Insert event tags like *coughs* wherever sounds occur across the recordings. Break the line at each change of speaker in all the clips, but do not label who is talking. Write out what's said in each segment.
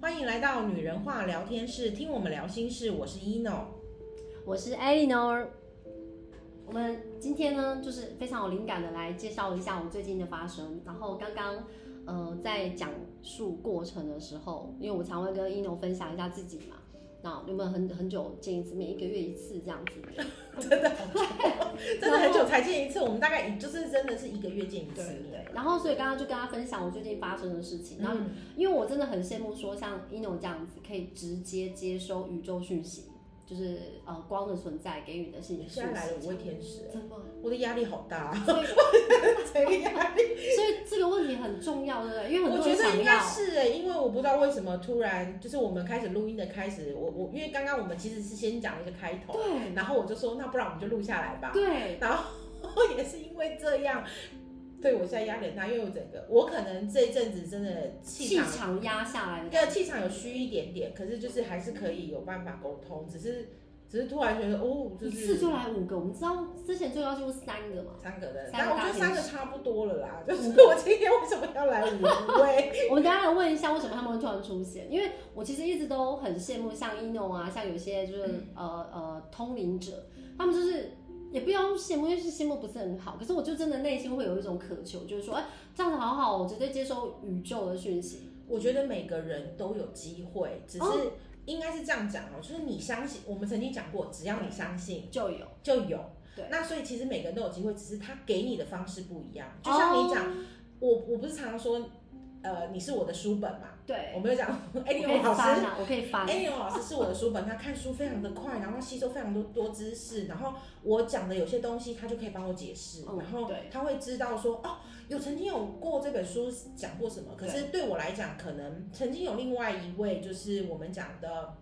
欢迎来到女人话聊天室，听我们聊心事。我是
*laughs*
ino，
我是 Eleanor。我们今天呢，就是非常有灵感的来介绍一下我们最近的发生。然后刚刚呃在讲述过程的时候，因为我常会跟 ino 分享一下自己嘛，那有没有很很久见一次面，一个月一次这样子？
真的很久，真的很久才见一次。我们大概就是真的是一个月见一次
对
面。
对。然后所以刚刚就跟他分享我最近发生的事情。然后
嗯
因为我真的很羡慕说像 ino 这样子可以直接接收宇宙讯息，就是呃光的存在给予你的信息。
现在来了五位天
*laughs*
使，
真的。
我的压力好大，
所以
这个压力，
所以这个问题很重要，对不对？因为很
我
多
觉
人
得
想
应该
要，
是哎，因为我不知道为什么突然就是我们开始录音的开始，我我因为刚刚我们其实是先讲了一个开头，
对
然后我就说那不然我们就录下来吧，
对，
然后 *laughs* 也是因为这样，对我现在压力很大，因为我整个我可能这一阵子真的气
气
场，
场压下来的
对
感觉，
气场有虚一点点，可是就是还是可以有办法沟通，只是只是突然觉得哦，就
一次
是
就来五个。我们知道之前最高就是三个嘛，
三个人，
三
但
个
我觉得
大
三
天
个
使
差不多了啦。 *laughs* 就是我今天为什么要来五位？
我们等一下来问一下为什么他们会突然出现，因为我其实一直都很羡慕像 ino 啊，像有些就是、
嗯
呃呃通灵者，他们就是。也不要羡慕，因为是羡慕不是很好。可是我就真的内心会有一种渴求，就是说，哎、这样子好好，我直接接收宇宙的讯息。
我觉得每个人都有机会，只是
哦
应该是这样讲哦，就是你相信，我们曾经讲过，只要你相信。
就有，
就有。
对
那所以其实每个人都有机会，只是他给你的方式不一样。就像你讲，
哦
我我不是常常说，呃，你是我的书本嘛？
对，
我们就讲， *laughs* 哎、
我可
牛
以
老师，
翻啊，我可以翻
哎、，牛老师是我的书本，他看书非常的快，然后吸收非常多多知识，然后我讲的有些东西，他就可以帮我解释，
嗯
然后
对
他会知道说，哦，有曾经有过这本书讲过什么，可是对我来讲，可能曾经有另外一位就是我们讲的。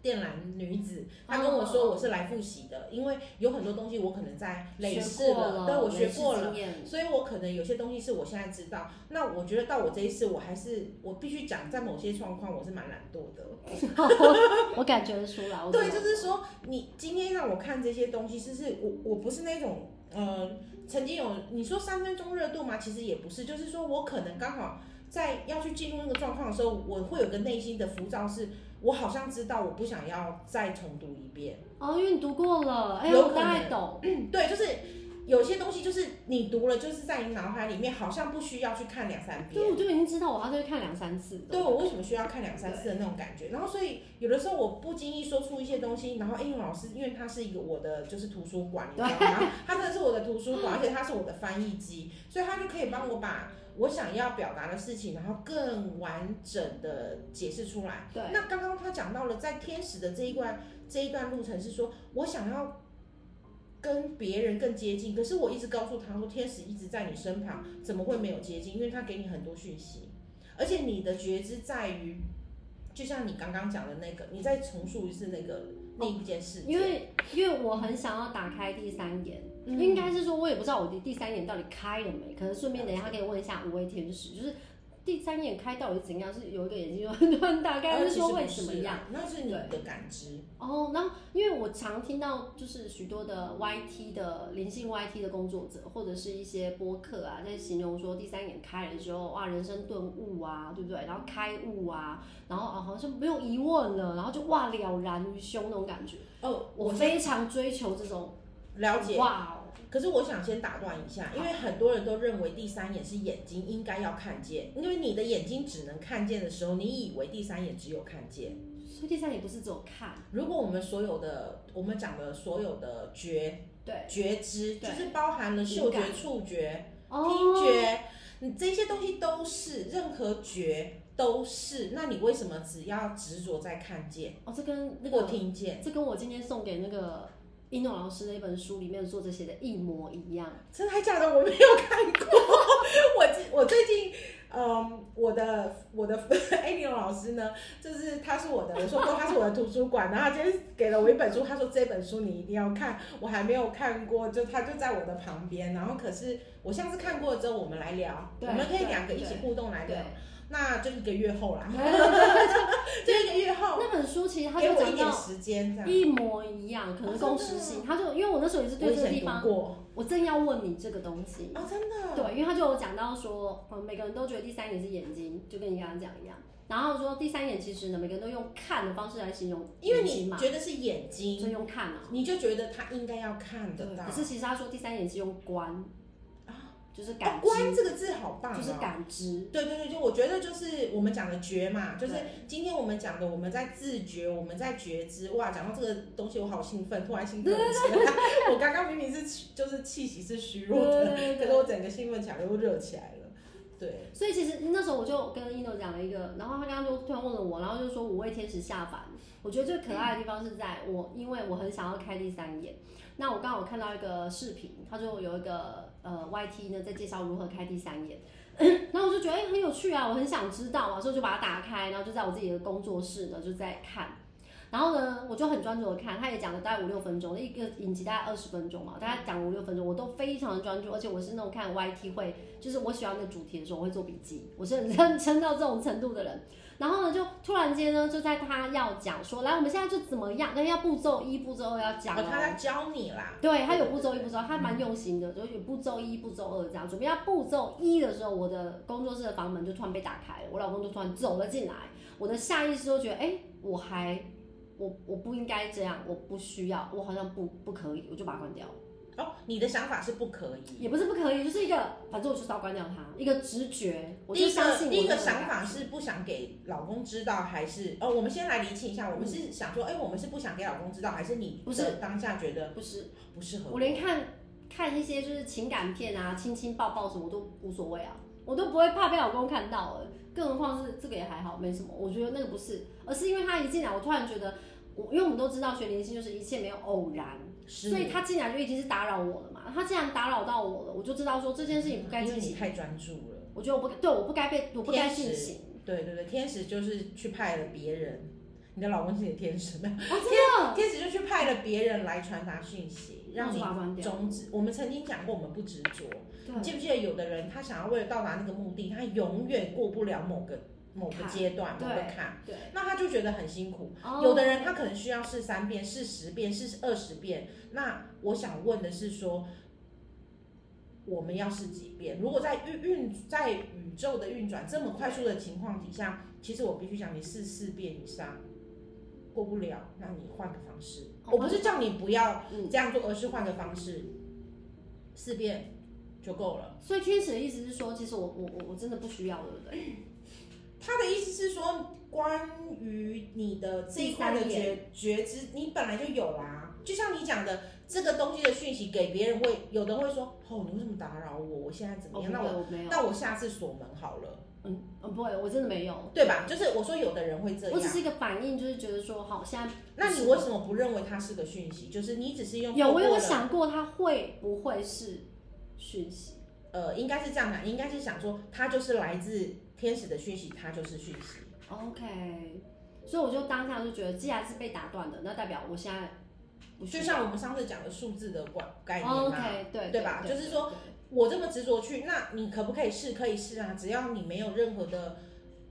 电缆女子，她跟我
哦
说我是来复习的，因为有很多东西我可能在累世
学过
对我学
累世
过了，*laughs*
经验
所以我可能有些东西是我现在知道，那我觉得到我这一次，我还是我必须讲，在某些状况我是蛮懒惰的。
我感觉得出来。我
对，
懂
就是说你今天让我看这些东西，就是我我不是那种呃，曾经有你说三分钟热度嘛，其实也不是，就是说我可能刚好在要去进入那个状况的时候，我会有个内心的浮躁是，我好像知道我不想要再重读一遍。
哦，因为你读过了，哎、
有
我
可
大
能
概懂。
对，就是有些东西就是你读了，就是在你脑海里面，好像不需要去看两三遍
对，。我就已经知道我要再看两三次的。
对我为什么需要看两三次的那种感觉？然后所以有的时候我不经意说出一些东西，然后英语老师因为他是一个我的就是图书馆，你知道吗？然后他真的是我的图书馆，而且他是我的翻译机，所以他就可以帮我把我想要表达的事情，然后更完整的解释出来。
对
那刚刚他讲到了在天使的这一段这一段路程是说我想要。跟别人更接近，可是我一直告诉他说，天使一直在你身旁，怎么会没有接近？因为他给你很多讯息。而且你的觉知在于，就像你刚刚讲的那个，你再重述一次那个那一件事情，
哦因为因为我很想要打开第三眼，
嗯
应该是说我也不知道我的第三眼到底开了没，可能顺便等一下可以问一下五位天使，就是第三眼开到底是怎样？是有一个眼睛就 *laughs* 很很打开，还
而
是说会怎么样？？
那是你的感知，
哦，那因为我常听到就是许多的 YT 的灵性 YT 的工作者，或者是一些播客啊，在形容说第三眼开了之后，哇，人生顿悟啊，对不对？然后开悟啊，然后啊好像没有疑问了，然后就哇了然于胸那种感觉。
哦，
我
我
非常追求这种
了解。
哇哦，
可是我想先打断一下，因为很多人都认为第三眼是眼睛应该要看见，因为你的眼睛只能看见的时候，你以为第三眼只有看见。
所以第三眼不是只有看，
如果我们所有的我们讲的所有的觉
对，
觉知，就
对
是包含了嗅
五
觉、
感
触觉、听
哦，
觉，你这些东西都是任何觉都是。那你为什么只要执着在看见
哦，这跟那
或
个
听见？
这跟我今天送给那个一诺老师那本书里面说这些的一模一样。
真的还假的？我没有看过。 *laughs* 我最我最近，嗯，我的我的 *laughs* a n 老师呢，就是他是我的，我说过他是我的图书馆，然后他今天给了我一本书，他说这本书你一定要看，我还没有看过，就他就在我的旁边。然后可是我上次看过之后，我们来聊，我
对
们可以
对
两个一起
对
互动来聊
对。，
那就一个月后啦，
*laughs*
就一个月后，
那本书其实他
哦给
就
我一
讲
点
到
时间这样。哦
一模一样，可能共识性。他就因为我那时候也是
啊我
对
以
这个地
前读
方，
过
我正要问你这个东西。
哦，真的，
呃对，因为他就有讲到说，嗯，每个人都觉得第三眼是眼睛，就跟你刚刚讲一样。然后说第三眼其实呢，每个人都用看的方式来形容
因为
眼睛
你
嘛，
觉得是眼睛，
就用看嘛。
你就觉得他应该要看得到
可。是其实他说第三眼是用观，就是
哦
感，知，
观这个字好棒、哦，
就是感知。
对对对，就我觉得就是我们讲的觉嘛，就是
对
今天我们讲的我们在自觉，我们在觉知。哇，讲到这个东西我好兴奋，突然兴奋起来。 *laughs* 我刚刚明明是就是气息是虚 *laughs* 弱的，
对
可是我整个兴奋起来又热起来了。对，
所以其实那时候我就跟一诺讲了一个，然后他刚刚就突然问了我，然后就说五位天使下凡。我觉得最可爱的地方是在我，因为我很想要开第三眼。那我刚好看到一个视频，他就有一个呃 YT 呢在介绍如何开第三眼， *clears throat* 然后我就觉得哎、很有趣啊，我很想知道啊，所以就把它打开，然后就在我自己的工作室呢就在看。然后呢，我就很专注的看，他也讲了大概五六分钟，一个影集大概二十分钟嘛，大概讲五六分钟，我都非常的专注，而且我是那种看 YT 会就是我喜欢的主题的时候，我会做笔记，我是很 *laughs* 认真到这种程度的人。然后呢，就突然间呢，就在他要讲说，来，我们现在就怎么样，那要步骤一、步骤二要讲
哦
哦。
他在教你啦。
对，他有步骤一、步骤，二，他
嗯
蛮用心的，就是有步骤一、步骤二这样。准备要步骤一的时候，我的工作室的房门就突然被打开了，我老公就突然走了进来，我的下意识就觉得，哎，我还，我我不应该这样，我不需要，我好像不不可以，我就把它关掉了。
哦，你的想法是不可以。
也不是不可以，就是一个，反正我就是要关掉它，一个直觉，我
第
就
一
相
个
信我
第一
的
个
直
想
感
法是不想给老公知道，还是哦？我们先来厘清一下，我们是想说，哎、我们是不想给老公知道，还是你
不是
的当下觉得
不是，
不适合？
我连看看一些就是情感片啊、亲亲抱抱什么我都无所谓啊，我都不会怕被老公看到了，更何况是这个也还好，没什么。我觉得那个不是，而是因为他一进来，我突然觉得。我因为我们都知道学灵性就是一切没有偶然，
是
所以他进来就已经是打扰我了嘛。他既然打扰到我了，我就知道说这件事情不该
因为
进
你
行。
太专注了。
我觉得我不对，我不该被，我不该
天使
进行。
对对对，天使就是去派了别人，你的老公是你的天使没有？
哦，真的，
天使就去派了别人来传达讯息，
那
让
我就
你
把它关掉。
终止。我们曾经讲过，我们不执着。你
对
记不记得有的人，他想要为了到达那个目的，他永远过不了某个某个
坎
阶段、某个
对
坎，
对，
那他就觉得很辛苦。
哦
啊有的人他可能需要试三遍、试十遍、试二十遍。那我想问的是说，我们要试几遍？如果在运运在宇宙的运转这么快速的情况底下，其实我必须讲，你试四遍以上过不了，那你换个方式。
哦
我不是叫你不要
嗯
这样做，而是换个方式，四遍就够了。
哦所以天使的意思是说，其实我我我我真的不需要，对不对？
他的意思是说，关于你的这一块的
第三
觉觉知，你本来就有啦。就像你讲的，这个东西的讯息给别人会，有的会说：“哦，你为什么打扰我？我现在怎么样？”
哦
那
不会
我
我没有，
那我下次锁门好了，
嗯嗯，不会，我真的没有，
对吧？就是我说有的人会这
我只
样，
是一个反应，就是觉得说，好，现在
那你为什么不认为它是个讯息？就是你只是用
有
透
我
过
有
了
想过他会不会是讯息？
呃，应该是这样讲，应该是想说它就是来自天使的讯息，它就是讯息。
OK，所以我就当下就觉得，既然是被打断的，那代表我现在不需
就
要哦
像我们上次讲的数字的管概念嘛。啊
OK 啊对
对吧就是说，我这么执着去，那你可不可以试？可以试啊，只要你没有任何的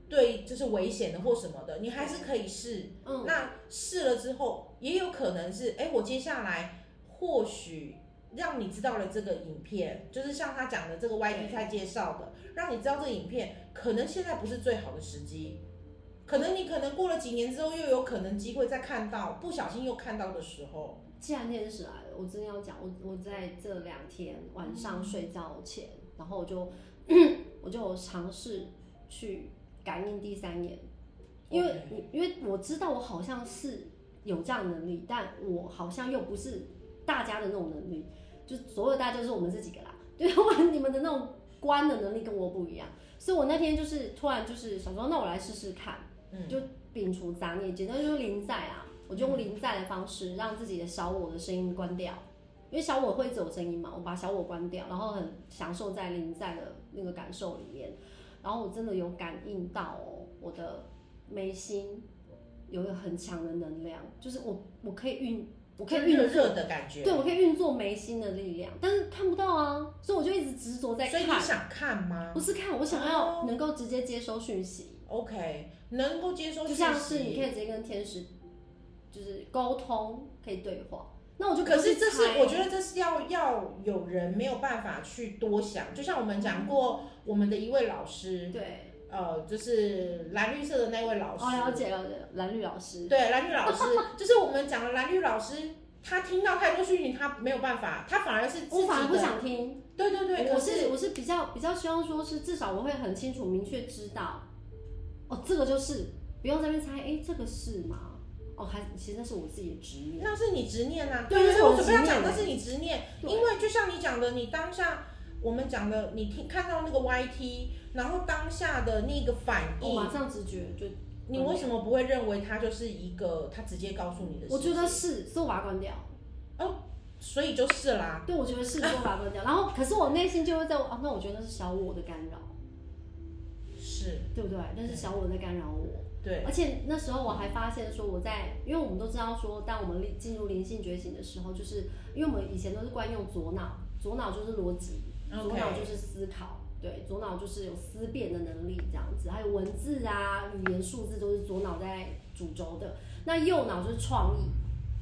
对，就是危险的或什么的，你还是可以试。
嗯，
那试了之后，也有可能是，哎，我接下来或许让你知道了这个影片，就是像他讲的这个 YT 在介绍的，让你知道这个影片可能现在不是最好的时机。可能你可能过了几年之后，又有可能机会再看到，不小心又看到的时候，
既然天使来了，我真的要讲，我我在这两天晚上睡觉前，然后我就 *coughs* 我就尝试去感应第三眼，因为
OK
你因为我知道我好像是有这样的能力，但我好像又不是大家的那种能力，就所有大家就是我们这几个啦， *laughs* 对，我你们的那种观的能力跟我不一样，所以我那天就是突然就是想说，那我来试试看。
嗯，
就摒除杂念，简单就是零在啊。我就用零在的方式，让自己的小我的声音关掉，因为小我会一直有声音嘛，我把小我关掉，然后很享受在零在的那个感受里面。然后我真的有感应到哦，我的眉心有一个很强的能量，就是我我可以运，我可以运
热
作，
热的感觉，
对我可以运作眉心的力量，但是看不到啊，所以我就一直执着在
所以你
看，
想看吗
不是看，我想
哦
要能够直接接收讯息。
？OK，能够接受
就
讯息，
像是你可以直接跟天使就是沟通，可以对话。那我就
可是这是我
得
觉得这是要要有人没有办法去多想，就像我们讲过我们的一位老师，
对
呃，就是蓝绿色的那位老师。
哦，了解了解，蓝绿老师，
对，蓝绿老师，就是我们讲的蓝绿老师，他听到太多讯息，他没有办法，他反而是自己
我反而不
的。
想听。
对对对，
我
可
是我是比较比较希望说是至少我会很清楚明确知道，哦，这个就是不用在那边猜，哎，这个是吗？哦，还其实那是我自己的执念。
那是你执念呐、
对
对
那是
对，
我
我准备要
执念欸
讲，那是你执念，
对
因为就像你讲的，你当下我们讲的，你听看到那个 YT，然后当下的那个反
我
应，
马上直觉就，
你为什么不会认为它就是一个他直接告诉你的事？
我觉得是，所以我把它关掉。
所以就是啦，
对，我觉得是，所以我把它关掉。然后，可是我内心就会在，啊，那我觉得那是小我的干扰，
是
对不对？那是小我在干扰我。
对，
而且那时候我还发现说，我在，因为我们都知道说，当我们灵进入灵性觉醒的时候，就是因为我们以前都是惯用左脑，左脑就是逻辑，左
OK
脑就是思考，对，左脑就是有思辨的能力这样子，还有文字啊、语言、数字都是左脑在主轴的。那右脑就是创意，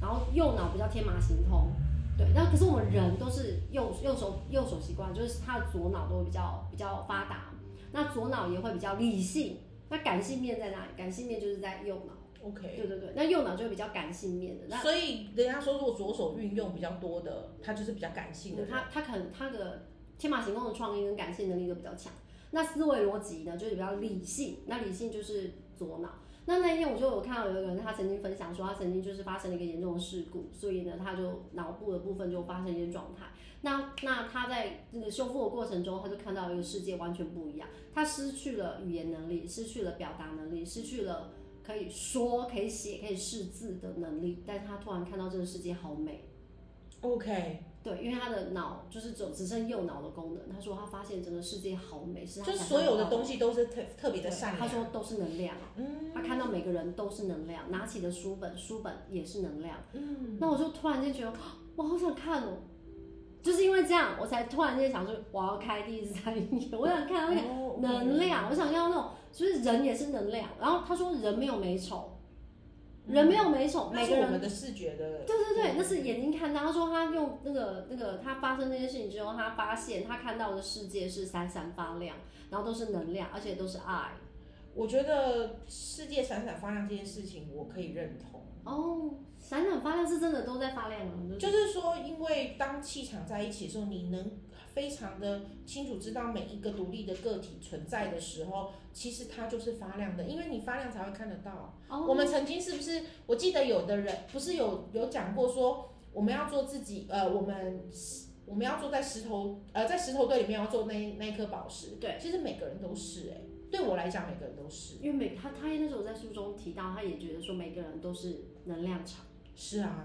然后右脑比较天马行空，对。那可是我们人都是右右手右手习惯，就是他的左脑都会比较比较发达，那左脑也会比较理性。那感性面在哪里？感性面就是在右脑，
，OK。
对对对。那右脑就会比较感性面的，那
所以人家说，如果左手运用比较多的，他就是比较感性的人。
嗯他他可能他的天马行空的创意跟感性能力都比较强。那思维逻辑呢，就是比较理性。那理性就是左脑。那那天我就有看到有一个人，他曾经分享说，他曾经就是发生了一个严重的事故，所以呢，他就脑部的部分就发生一些状态。那那他在这个修复的过程中，他就看到一个世界完全不一样。他失去了语言能力，失去了表达能力，失去了可以说、可以写、可以识字的能力，但是他突然看到这个世界好美。
OK，
对，因为他的脑就是只有只剩右脑的功能。他说他发现整个世界好美，是他
就是
想
所
象
有
不
的
到
东西都是特特别的
对
善
他
良。
说都是能量，啊
嗯
他看到每个人都是能量，拿起的书本，书本也是能量。
嗯，
那我就突然间觉得，哦我好想看哦。就是因为这样，我才突然间想说，我要开第三眼，我想看那个
哦
能量，我想要那种，就是人也是能量。然后他说人没有美丑，
嗯
人没有美丑，
那
每
是
个
我
人
们的视觉的。
对对对，那是眼睛看到。他说他用那个那个，他发生那件事情之后，他发现他看到的世界是闪闪发亮，然后都是能量，而且都是爱。
我觉得世界闪闪发亮这件事情，我可以认同。
哦，闪闪发亮是真的都在发亮啊！就
就是说，因为当气场在一起的时候，你能非常的清楚知道每一个独立的个体存在的时候，其实它就是发亮的，因为你发亮才会看得到。啊
哦，
我们曾经是不是？我记得有的人不是有有讲过说，我们要做自己，呃，我们我们要做在石头，呃，在石头堆里面要做那那一颗宝石。
对，
其实每个人都是哎、对我来讲，每个人都是。
因为每他他那时候在书中提到，他也觉得说每个人都是能量场。
是啊，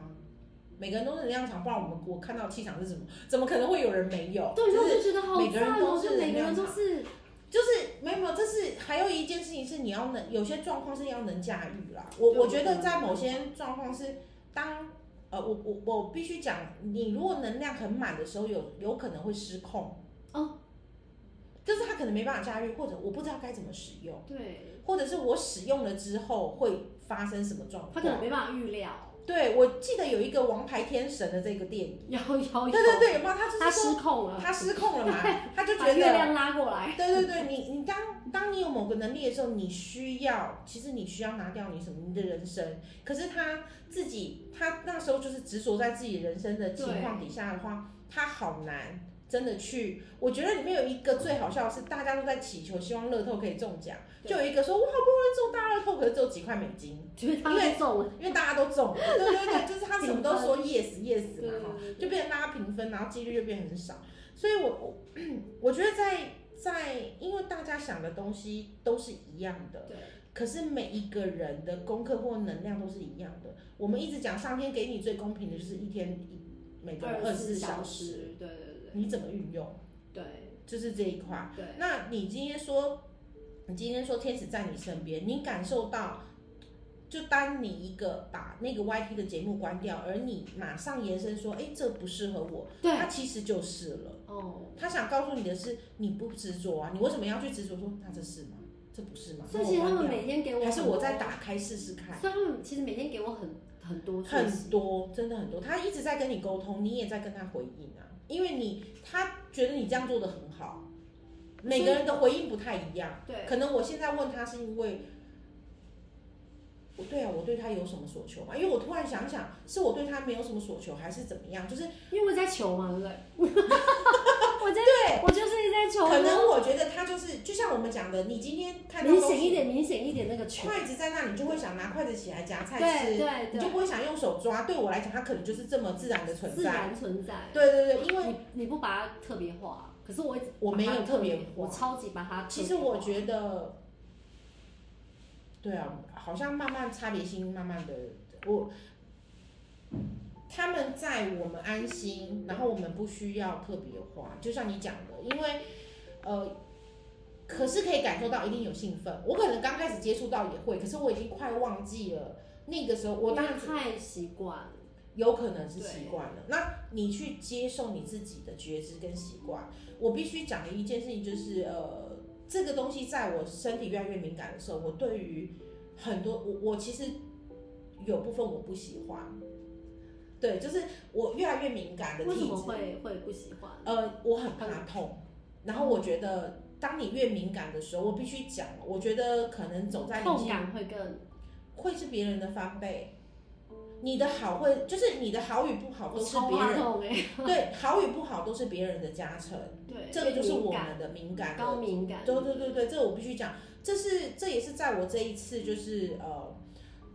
每个人都是能量场，不然我们我看到气场是什么？怎么可能会有人没有？
对，
就
我
是
就觉得好
每个人
赞
都
哦！
是
就每个
能量
人都是
就是没有没有，这是还有一件事情是你要能，有些状况是要能驾驭啦。我我觉得在某些状况是当。呃，我我我必须讲，你如果能量很满的时候，有有可能会失控，
哦，
就是他可能没办法驾驭，或者我不知道该怎么使用，
对，
或者是我使用了之后会发生什么状况。
他可能没办法预料，
对我记得有一个《王牌天神》的这个电影，
摇摇摇，
对对对，有没有？他就是
他
说
失控了，
他失控了
*laughs*
嘛，他就觉
把月
得，
亮拉过来，
对对对，你你当当你有某个能力的时候，你需要，其实你需要拿掉你什么你的人生，可是他自己他那时候就是执着在自己人生的情况底下的话，他好难。真的去，我觉得里面有一个最好笑的是，大家都在祈求，希望乐透可以中奖，
对
就有一个说，我好不容易中大乐透，可是只有几块美金，
觉得他被中了，
因为大家都中了，对对对，就是他什么都
*laughs*
说 yes yes
对
嘛，哈，
对
就
对，
变成大家平分，然后几率就变很少。所以我我我觉得在在，因为大家想的东西都是一样的，
对。
可是每一个人的功课或能量都是一样的。我们一直讲上天给你最公平的就是一天一每个人二十四小时，，
对对
你怎么运用，
对
就是这一块。
对对，
那你今天说，你今天说天使在你身边，你感受到，就当你一个把那个 YT 的节目关掉，而你马上延伸说，哎、这不适合我，
对
他其实就是了。
哦，
他想告诉你的是，你不执着啊，你为什么要去执着说那这是吗？这不是吗？
所以其实
那
他
我关
们
掉
每天给我
还是我在
很多，
打开试试看，
所以他们其实每天给我很很多讯息
很多真的很多，他一直在跟你沟通，你也在跟他回应啊，因为你他觉得你这样做的很好，每个人的回应不太一样。
对，
可能我现在问他是因为，我对啊，我对他有什么所求嘛？因为我突然想想，是我对他没有什么所求，还是怎么样？就是
因为我在求嘛，对不对？ *laughs* 我在，
对，
我就是一直在求。
可能我觉得他就是，就像我们讲的，你今天看到
明
东
显
西
一点，明显一点那个求。
筷子在那里，你就会想拿筷子起来夹菜
对
吃，
对
你就
对，
不会想用手抓。对我来讲，它可能就是这么自然的存
自
在。
然存在。
对对对，因为
你你不把它特别化，可是我一直
我没
把
有
它
特别
别，我
化。
超级把它特别化。
其实我觉得，对啊，好像慢慢差别心，慢慢的我。他们在我们安心，然后我们不需要特别化，就像你讲的，因为，呃，可是可以感受到一定有兴奋。我可能刚开始接触到也会，可是我已经快忘记了那个时候。我当然
因为太习惯了。
有可能是习惯了。那你去接受你自己的觉知跟习惯。我必须讲的一件事情就是，呃，这个东西在我身体越来越敏感的时候，我对于很多我我其实有部分我不喜欢，对，就是我越来越敏感的
为什
体
么
质，
会会不喜欢？
呃，我很怕痛，然后我觉得。当你越敏感的时候，我必须讲，我觉得可能走在你
痛感会更，
会是别人的翻倍，你的好会就是你的好与不好
我
都是
超
别
怕
人
痛哎。
*laughs* 对，好与不好都是别人的加成，
*laughs* 对，
这个就是
敏
我
感
们的敏感
高
的。
敏感。
对对对对，这个我必须讲，这是这也是在我这一次就是呃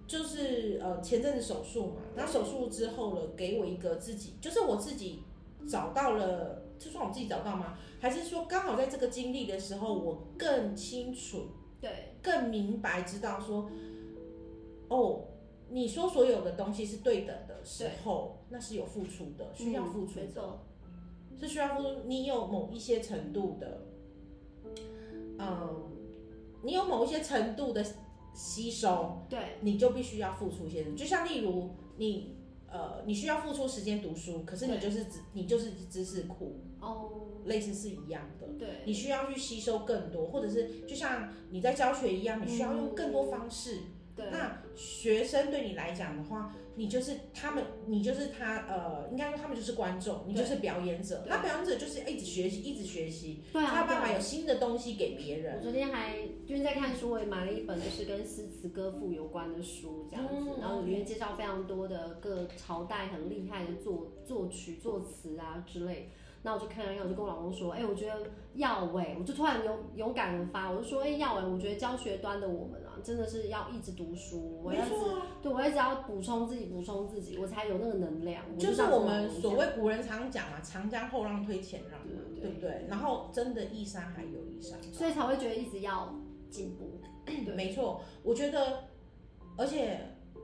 就是呃前阵子手术嘛，那手术之后了，给我一个自己就是我自己找到了，就算我自己找到吗？还是说刚好在这个经历的时候，我更清楚、
对
更明白知道说，哦，你说所有的东西是对等的时候，那是有付出的，需要
嗯
付出
没
的。
错
是需要付出，你有某一些程度的，嗯，你有某一些程度的吸收，
对
你就必须要付出一些东西。就像例如你，呃，你需要付出时间读书，可是你
对
就是知你就是知识库，
哦，
类似是一样的。
对，
你需要去吸收更多，或者是就像你在教学一样，你需要用更多方式。
对
那学生对你来讲的话，你就是他们，你就是他，呃，应该说他们就是观众，你就是表演者。
对
那表演者就是一直学习，一直学习，
对
才
啊，
有办法
对啊
有新的东西给别人。
我昨天还就是在看书，我也买了一本就是跟诗词歌赋有关的书，这样子
嗯，
然后里面介绍非常多的各朝代很厉害的作作曲、作词啊之类。那我就看了一看，我就跟我老公说，哎、我觉得要喂、我就突然有有感而发，我就说，哎、要喂、我觉得教学端的我们啊，真的是要一直读书，我
没
要一直
错啊，
对我一直要补充自己，补充自己，我才有那个能量。
就是
这样跟
我们
老公
所
讲
谓古人常讲嘛，“长江后浪推前浪”，对
对对
不对？然后真的，一山还有一山
对，
高。
所以才会觉得一直要进
*clears throat*
步。对，
没错，我觉得，而且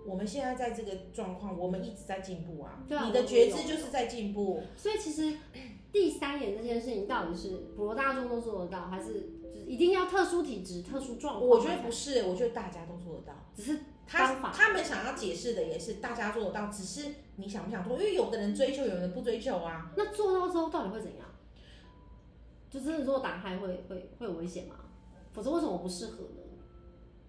我们现在在这个状况，我们一直在进步啊。
对啊
你
我
的
们
觉
有
知就是在进步。啊
所以其实第三眼这件事情到底是普罗大众都做得到，还是就是一定要特殊体质、特殊状况？
我觉得不是，我觉得大家都做得到。
只是
他
方法
他们想要解释的也是大家做得到，只是你想不想做？因为有的人追求，有人不追求啊。
那做到之后到底会怎样？就真的如果打开会会会有危险吗？否则为什么我不适合呢？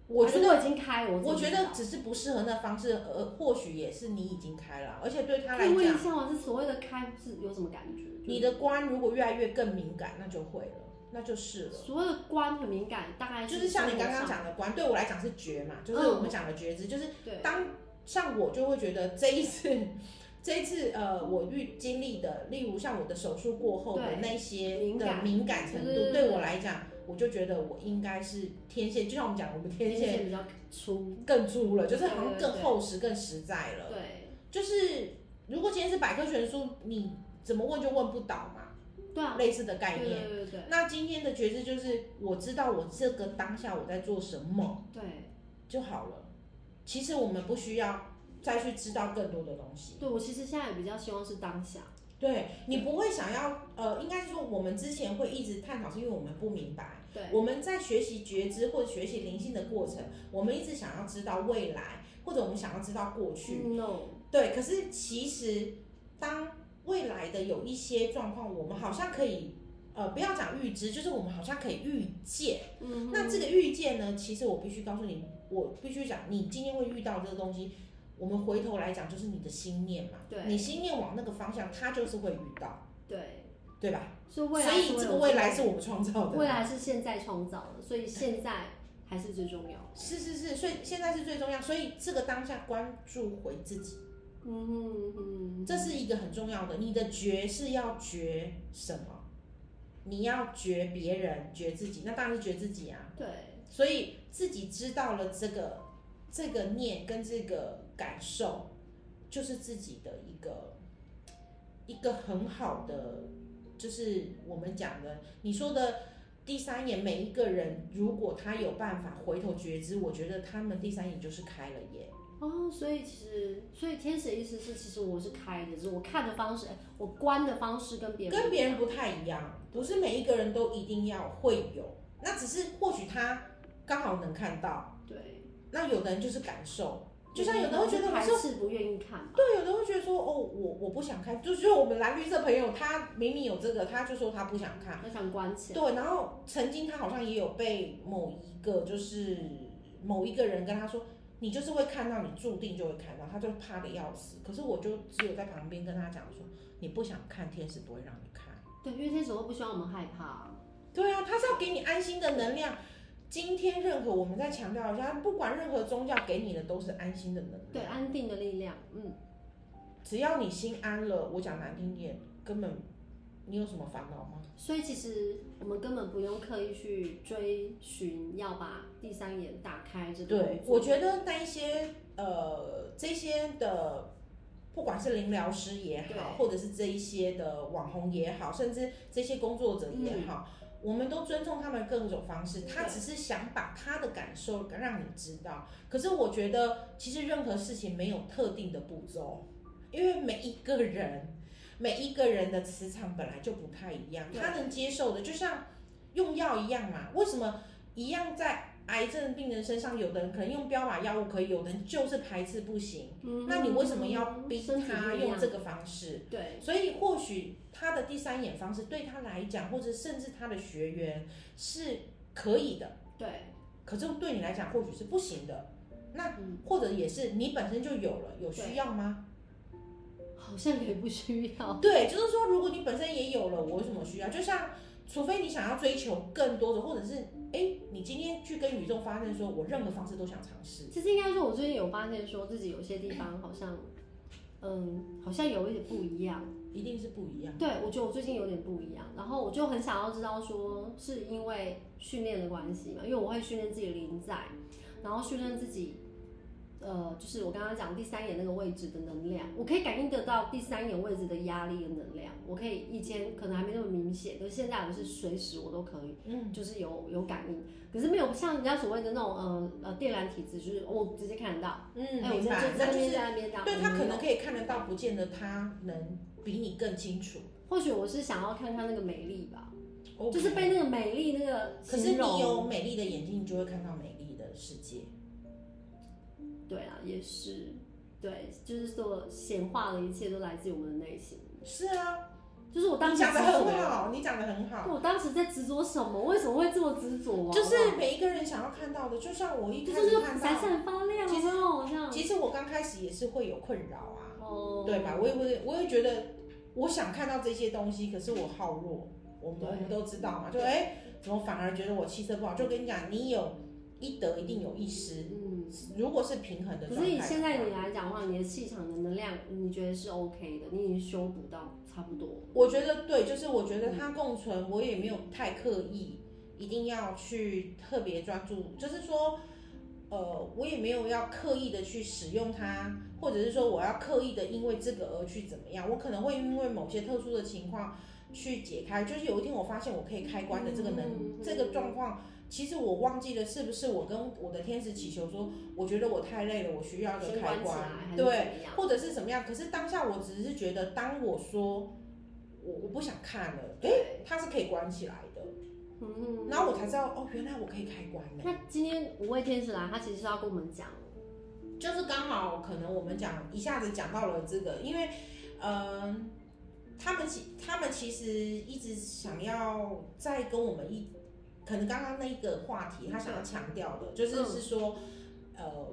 我
还
觉
是
得，
我已经开，我
我
自己
觉
知
得
道
只是不适合那方式，呃，或许也是你已经开了，啊而且对他
可
来
以问一
讲，
下吗？这所谓的开是有什么感觉？就是
你的观如果越来越更敏感，那就会了，那就是了。
所谓的关很敏感，大概
就是像你
生活
刚刚
上
讲的观，对我来讲是觉嘛，就是
嗯
我们讲的觉知，就是
对
当像我就会觉得这一次， *laughs* 这一次呃，我遇经历的，例如像我的手术过后的
对
那些
敏
的
感
敏感程
对
度，
对对
对我来讲，我就觉得我应该是天线，就像我们讲，我们天
天
线
线比较粗，
更粗了，就是好
对
像
对
更
对
厚实、更实在了。
对
就是如果今天是百科全书，你怎么问就问不倒嘛，
对啊，
类似的
对
概念。
对对对
那今天的觉知就是，我知道我这个当下我在做什么。
对。
就好了。其实我们不需要再去知道更多的东西。
对，我其实现在比较希望是当下，
对你不会想要，呃，应该是说我们之前会一直探讨，是因为我们不明白。
对
我们在学习觉知或学习灵性的过程，我们一直想要知道未来，或者我们想要知道过去。
，no，
对，可是其实当未来的有一些状况，我们好像可以，呃，不要讲预知，就是我们好像可以预见。
嗯
那这个遇见呢，其实我必须告诉你，我必须讲，你今天会遇到这个东西，我们回头来讲，就是你的心念嘛。
对
你心念往那个方向，它就是会遇到。
对，
对吧？
所以
所
未来是
以
为
这
了
个未来是我们创造的。
未来是现在创造的，所以现在还是最重要。
是是是，所以现在是最重要，所以这个当下关注回自己，
嗯哼嗯哼，
这是一个很重要的。你的觉是要觉什么？你要觉别人，觉自己，那当然是觉自己啊。
对，
所以自己知道了这个这个念跟这个感受，就是自己的一个一个很好的，就是我们讲的你说的第三眼，每一个人如果他有办法回头觉知，我觉得他们第三眼就是开了耶。
哦，所以其实，所以天使的意思是，其实我是开的，只是我看的方式，哎我观的方式跟别人
跟别人
不
不太一样，不是每一个人都一定要会有，那只是或许他刚好能看到，
一样对，
那有的人就是感受，就像有的会觉得我
还
是
是不愿意看吧，
对，有的会觉得说，哦，我我不想看，就就是我们蓝绿色朋友，他明明有这个，他就说他不想看。
我想关起来。
对，然后曾经他好像也有被某一个就是某一个人跟他说，你就是会看到，你注定就会看到，他就怕的要死。可是我就只有在旁边跟他讲说，你不想看，天使不会让你看。
对，因为天使会不希望我们害怕。
对啊，他是要给你安心的能量。今天任何我们再强调一下，不管任何宗教给你的都是安心的能量。
对，安定的力量，嗯，
只要你心安了，我讲难听点，根本你有什么烦恼吗？
所以其实我们根本不用刻意去追寻要把第三眼打开这个
对
动，作
我觉得那一些呃这些的，不管是灵疗师也好，或者是这一些的网红也好，甚至这些工作者也好，我们都尊重他们各种方式。他
对
只是想把他的感受让你知道。可是我觉得，其实任何事情没有特定的步骤，因为每一个人。每一个人的磁场本来就不太一样，
对
他能接受的，就像用药一样嘛。为什么一样在癌症病人身上，有的人可能用标靶药物可以，有的人就是排斥不行。
嗯
那你为什么要逼
身体
他
不一
用
样
这个方式？
对，
所以或许他的第三眼方式对他来讲，或者甚至他的学员是可以的，
对，
可是对你来讲或许是不行的。那
嗯
或者也是你本身就有了，有需要吗？
好像也不需要。
哦对，就是说，如果你本身也有了，我为什么需要？就像，除非你想要追求更多的，或者是哎，你今天去跟宇宙发愿说，我任何方式都想尝试。
其实应该说，我最近有发现，说自己有些地方好像，嗯，好像有一点不一样。
一定是不一样。
对，我觉得我最近有点不一样，然后我就很想要知道说是因为训练的关系嘛，因为我会训练自己临在，然后训练自己，呃，就是我刚刚讲第三眼那个位置的能量，我可以感应得到第三眼位置的压力跟能量，我可以以前可能还没那么明显，可是现在我是随时我都可以，
嗯，
就是有有感应，可是没有像人家所谓的那种呃呃电缆体质，就是我直接看得到，哎、
嗯，
我
明
现
白
在就。在
那
那
就
边
是
在那边这样，
对他
嗯
可能可以看得到，不见得他能比你更清楚。
或许我是想要看看那个美丽吧。就
OK
是被那个美丽那个
可是
形
你
容。
有美丽的眼睛，你就会看到美丽的世界。
对啊，也是，对，就是说显化的一切都来自于我们的内心。
是啊，
就是我当
你
时
讲的
执着
很，好，你讲的很好。
我当时在执着什么？为什么会这么执着啊？
就是每一个人想要看到的，就像我一
就
开
是那
始
个
看
闪
到，
闪发亮，
其实
然后好像
其实我刚开始也是会有困扰啊，
哦，
对吧？我也会，我也觉得我想看到这些东西，可是我好弱，我们
对
我们都知道嘛，就哎、怎么反而觉得我气色不好？就跟你讲，你有一得一定有一失，
嗯。
如果是平衡的
可
状态
是
的
以
话，
现在你来讲的话，你的气场的能量，你觉得是 OK 的，你已经修补到差不多。
我觉得对，就是我觉得它共存，我也没有太刻意，一定要去特别专注，就是说，呃，我也没有要刻意的去使用它，或者是说我要刻意的因为这个而去怎么样，我可能会因为某些特殊的情况去解开，就是有一天我发现我可以开关的这个能、
嗯
这个状况。其实我忘记了，是不是我跟我的天使祈求说，我觉得我太累了，我需要一个
先
开
关起来
关
还，是
对，
怎么样？
或者是怎么样。可是当下我只是觉得，当我说我我不想看了，诶，
对，
它是可以关起来的。
嗯。
然后我才知道，哦，原来我可以开关呢、
那今天五位天使来，他其实是要跟我们讲，
就是刚好可能我们讲一下子讲到了这个，因为，嗯、他们其他们其实一直想要再跟我们一，可能刚刚那一个话题，他想要强调的就是
嗯
是说，呃，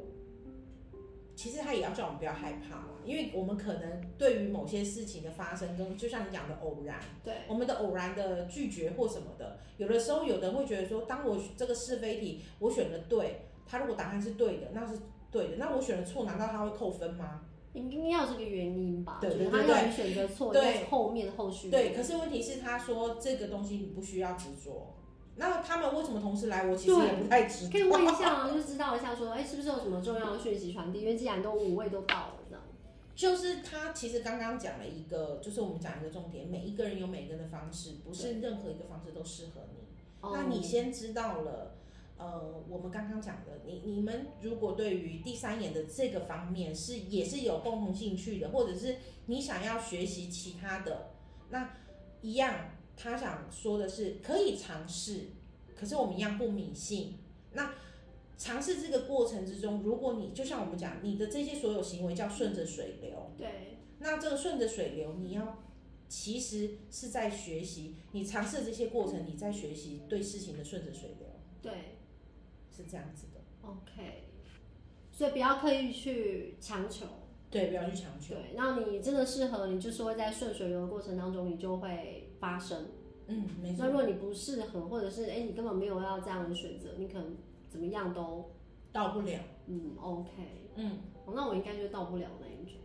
其实他也要叫我们不要害怕啦，因为我们可能对于某些事情的发生，跟就像你讲的偶然，
对，
我们的偶然的拒绝或什么的，有的时候有的人会觉得说，当我这个是非题我选的对，他如果答案是对的，那是对的，那我选的错，难道他会扣分吗？
应应该有这个原因吧？
对
就是
对
他
对
让你选择错，应
对
该是后面后续的
对，可是问题是他说这个东西你不需要执着，那他们为什么同时来，我其实
对
也不太知
可以问一下啊，就知道一下说，哎、是不是有什么重要的讯息传递？因为既然都五位都到了，这样
就是他其实刚刚讲了一个，就是我们讲一个重点，每一个人有每个人的方式，不是任何一个方式都适合你。
哦
那你先知道了，呃，我们刚刚讲的，你你们如果对于第三眼的这个方面是也是有共同兴趣的，或者是你想要学习其他的，那一样，他想说的是可以尝试，可是我们一样不迷信。那尝试这个过程之中，如果你就像我们讲，你的这些所有行为叫顺着水流，
对，
那这个顺着水流，你要其实是在学习，你尝试这些过程，你在学习对事情的顺着水流，
对
是这样子的。
，OK，所以不要刻意去强求。
对，不要去强求。
对，让你真的适合，你就是会在顺水流的过程当中，你就会发生。
嗯，没
那
错
如。果你不适合，或者是哎、你根本没有要这样的选择，你可能怎么样都
到不了。
嗯 OK，
嗯，
哦那我应该就到不了那一种，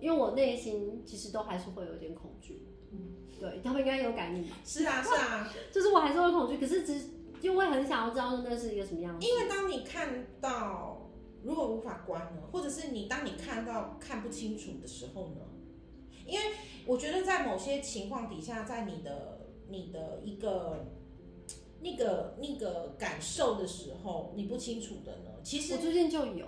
因为我内心其实都还是会有点恐惧。
嗯
对他们应该有感应吧，
是啊，是啊，
就是我还是会恐惧，可是只就会很想要知道那是一个什么样子。
因为当你看到如果无法关呢，或者是你当你看到看不清楚的时候呢，因为我觉得在某些情况底下，在你的你的一个。那个那个感受的时候，你不清楚的呢，其实
我最近就有，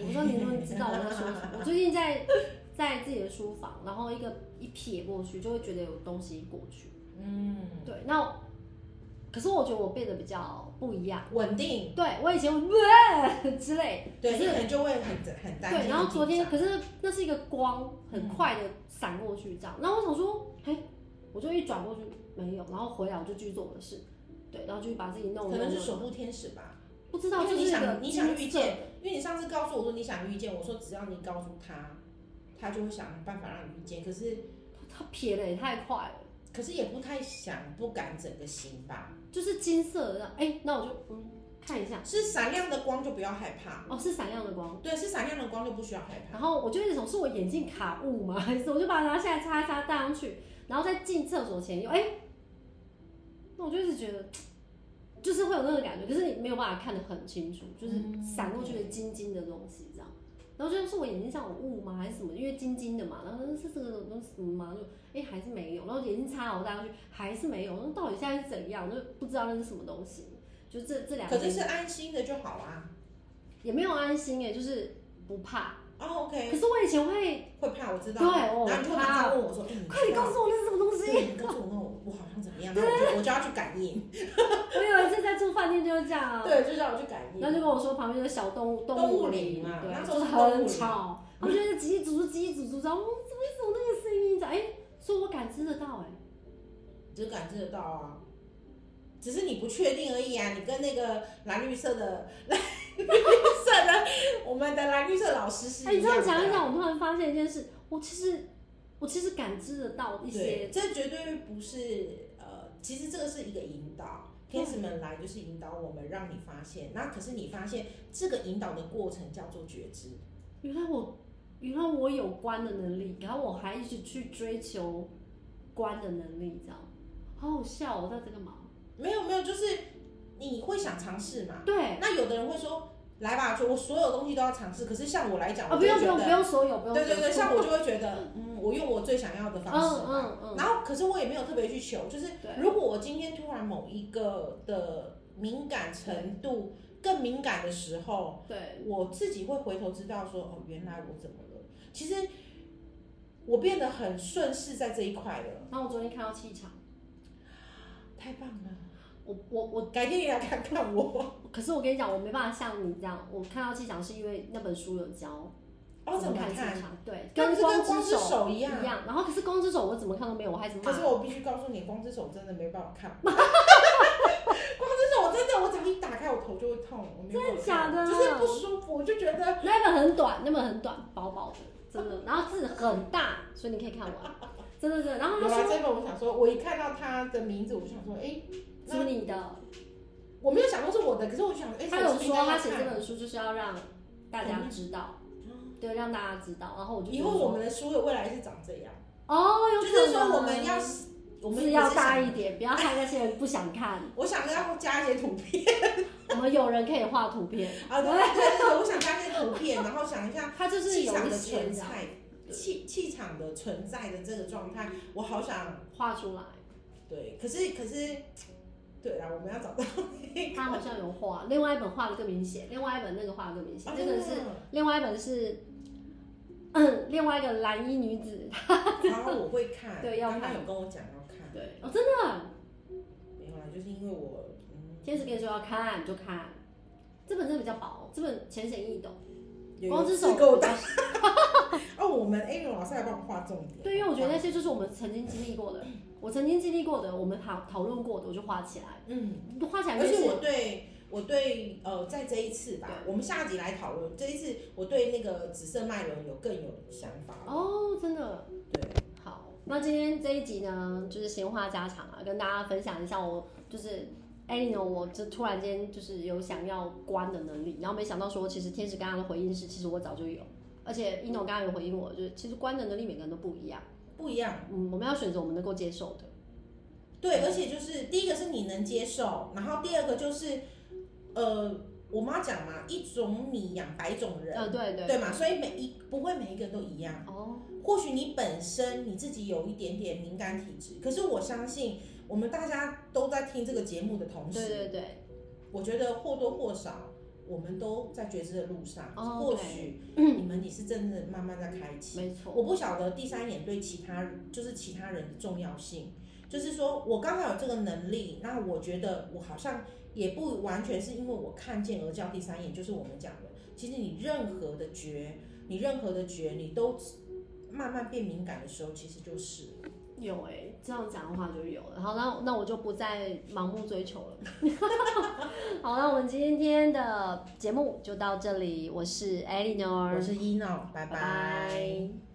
我说你说你知道我在说什么？我最近在在自己的书房，然后一个一瞥过去，就会觉得有东西过去。
嗯，
对，那可是我觉得我变得比较不一样。
稳定，
对我以前会 *laughs* 之类，
对，
可
你
是
可能就会很很担心。
对，然后昨天
很紧
可是那是一个光很
嗯
快的闪过去这样，然后我想说，嘿，我就一转过去没有，然后回来我就继续做我的事，对，然后就把自己
张
弄
可能
弄
是
弄
守护天使吧，
不知道
因为
就
你
是一
想
个
你想
金
遇
色
见
的
因为你上次告诉我说你想遇见，我说只要你告诉他，他就会想办法让你遇见。可是
他撇的也太快了，
可是也不太想，不敢整个心吧，
就是金色的，哎、那我就嗯看一下，
是闪亮的光就不要害怕，
哦，是闪亮的光。
对，是闪亮的光就不需要害怕。
然后我就一直想，是我眼镜卡雾吗？ *laughs* 还是我就把它拿下来擦一擦戴上去，然后在进厕所前又哎、那我就一直觉得，就是会有那个感觉，可是你没有办法看得很清楚，就是闪过去的金金的东西这样。然后就像是我眼睛上有雾吗，还是什么？因为金金的嘛，然后说是这个东西什么嘛，就哎、还是没有。然后眼睛擦好戴上去还是没有，那到底现在是怎样？就不知道那是什么东西。就这这两
可
个
是是安心的就好啊。
也没有安心哎、就是不怕。
哦，OK，
可是我以前会
会怕，我知道。
对
然后
我
你就马上问我说：“哎，
快点告
诉
诉我那是什么东
我，
西！
对你告诉我，那我我好像怎么样？”然后我就我就要去感应，
我有一次在住饭店就是这样啊，
对，就让我去感应。
然后就跟我说旁边有小动物
动物
物
林啊
对，
那时
就
候
是
是动物
很
林
吵，他们就是叽叽喳喳叽叽喳喳，然后我怎么一直有那个声音？哎，所以我感知得到哎，
只感知得到啊，只是你不确定而已啊。你跟那个蓝绿色的蓝绿色的我们的蓝绿色老师是
哎，你
一
这
样
样
的
讲一
啊。
讲，我突然发现一件事，我其实我其实感知得到一
对，
些，
这绝对不是呃，其实这个是一个引导，
嗯
天使们来就是引导我们，让你发现。那可是你发现这个引导的过程叫做觉知，
原来我原来我有观的能力，然后我还一直去追求观的能力，这样，好好笑哦，我在这干嘛？
没有没有，就是你会想尝试嘛？
对，
那有的人会说，来吧，就我所有东西都要尝试。可是像我来讲，
啊，
我
不
就
用不
觉
用
得
不用所有，不用
对对
所有
对，像我就会觉得，嗯，我用我最想要的方式嘛。
嗯嗯嗯
然后，可是我也没有特别去求，就是
对
如果我今天突然某一个的敏感程度更敏感的时候，
对，
我自己会回头知道说，哦，原来我怎么了？其实我变得很顺势在这一块了，
然后我昨天看到气场，
啊太棒了！
我我我，
改天你来看看我。
可是我跟你讲，我没办法像你这样，我看到气场是因为那本书有教
哦，怎么
看
看？
气场，对，
那不是跟光
光
之
手
手一
一
样。啊
样。然后可是光之手我怎么看都没有，我还是
可
骂
是。我必须告诉你，光之手真的没办法看。 *laughs* 光之手真的，我只要一打开，我头就会痛，我没有办法
真的假的啊
就是不舒我就觉得
那本很短，那本很短，薄薄的，真的，然后字很大，所以你可以看完，真的真的。然后
有啊
他
啦。
说
这本我想说，我一看到他的名字，我就想说，哎、
是你的，
我没有想过是我的，可是我想，哎、
他
我是
有
不是应
说
该要
他写这
看。嗯
本书就是要让大家知道，对，让大家知道。然后哦我就
以
觉得
后我
说
们的书的未来是长这样，
哦，有
就
可能
是说我们要，我们
字要
只是想
大一点，不要看那些人不想
*laughs*
看。
我想要加一些图片
我们有人可以画图片， *laughs*
啊，对对对对，我想加一些图片，然后想一下
他就是
气
有
场
一
的
些
存
这样
在，气气场的存在的这个状态，我好想
画出来。
对，可是可是，对啦，我们要找到那个
他好像有画，另外一本画的更明显，另外一本那个画的更明显，这个是
啊
另外一本是， *coughs* 嗯，另外一个蓝衣女子，
*laughs* 然后我会看，
*laughs* 对要
他
看
有跟我讲要看，
对，哦，真的，
没有啦，就是因为我嗯，
天使跟你说要看你就看，这本真的比较薄，这本浅显易懂，
有
光之手
有够
比
大
较
哦，我们 Amy 老师还帮我画重点，
*laughs* 对，因为我觉得那些就是我们曾经经历过的，我曾经经历过的，我们讨讨论过的，我就画起来，
嗯。
画起来
而
就
且
是
我对我对呃，在这一次吧，我们下集来讨论。这一次我对那个紫色脉轮有更有想法。
哦，真的，
对，
好，那今天这一集呢，就是闲话家常啊，跟大家分享一下我就是。艾莉呢？我就突然间就是有想要关的能力，然后没想到说，其实天使刚刚的回应是，其实我早就有，而且一诺刚刚有回应我，就是其实关的能力每个人都不一样，
不一样。
嗯，我们要选择我们能够接受的，
对，而且就是第一个是你能接受，然后第二个就是呃，我妈讲嘛，一种米养百种人，
呃，对对，
对嘛？所以每一不会每一个人都一样。
哦，
或许你本身你自己有一点点敏感体质，可是我相信我们大家都在听这个节目的同时
对，对对，
我觉得或多或少，我们都在觉知的路上。
哦
或
对
许你们你是真的慢慢在开启。
没错，
我不晓得第三眼对其他人就是其他人的重要性，就是说我刚好有这个能力，那我觉得我好像也不完全是因为我看见而叫第三眼，就是我们讲的，其实你任何的觉，你任何的觉，你都慢慢变敏感的时候，其实就是了
有哎、这样讲的话就有了。好，那那我就不再盲目追求了。 *laughs* 好，那我们今天的节目就到这里。我是 Eleanor，
我是一闹，拜
拜拜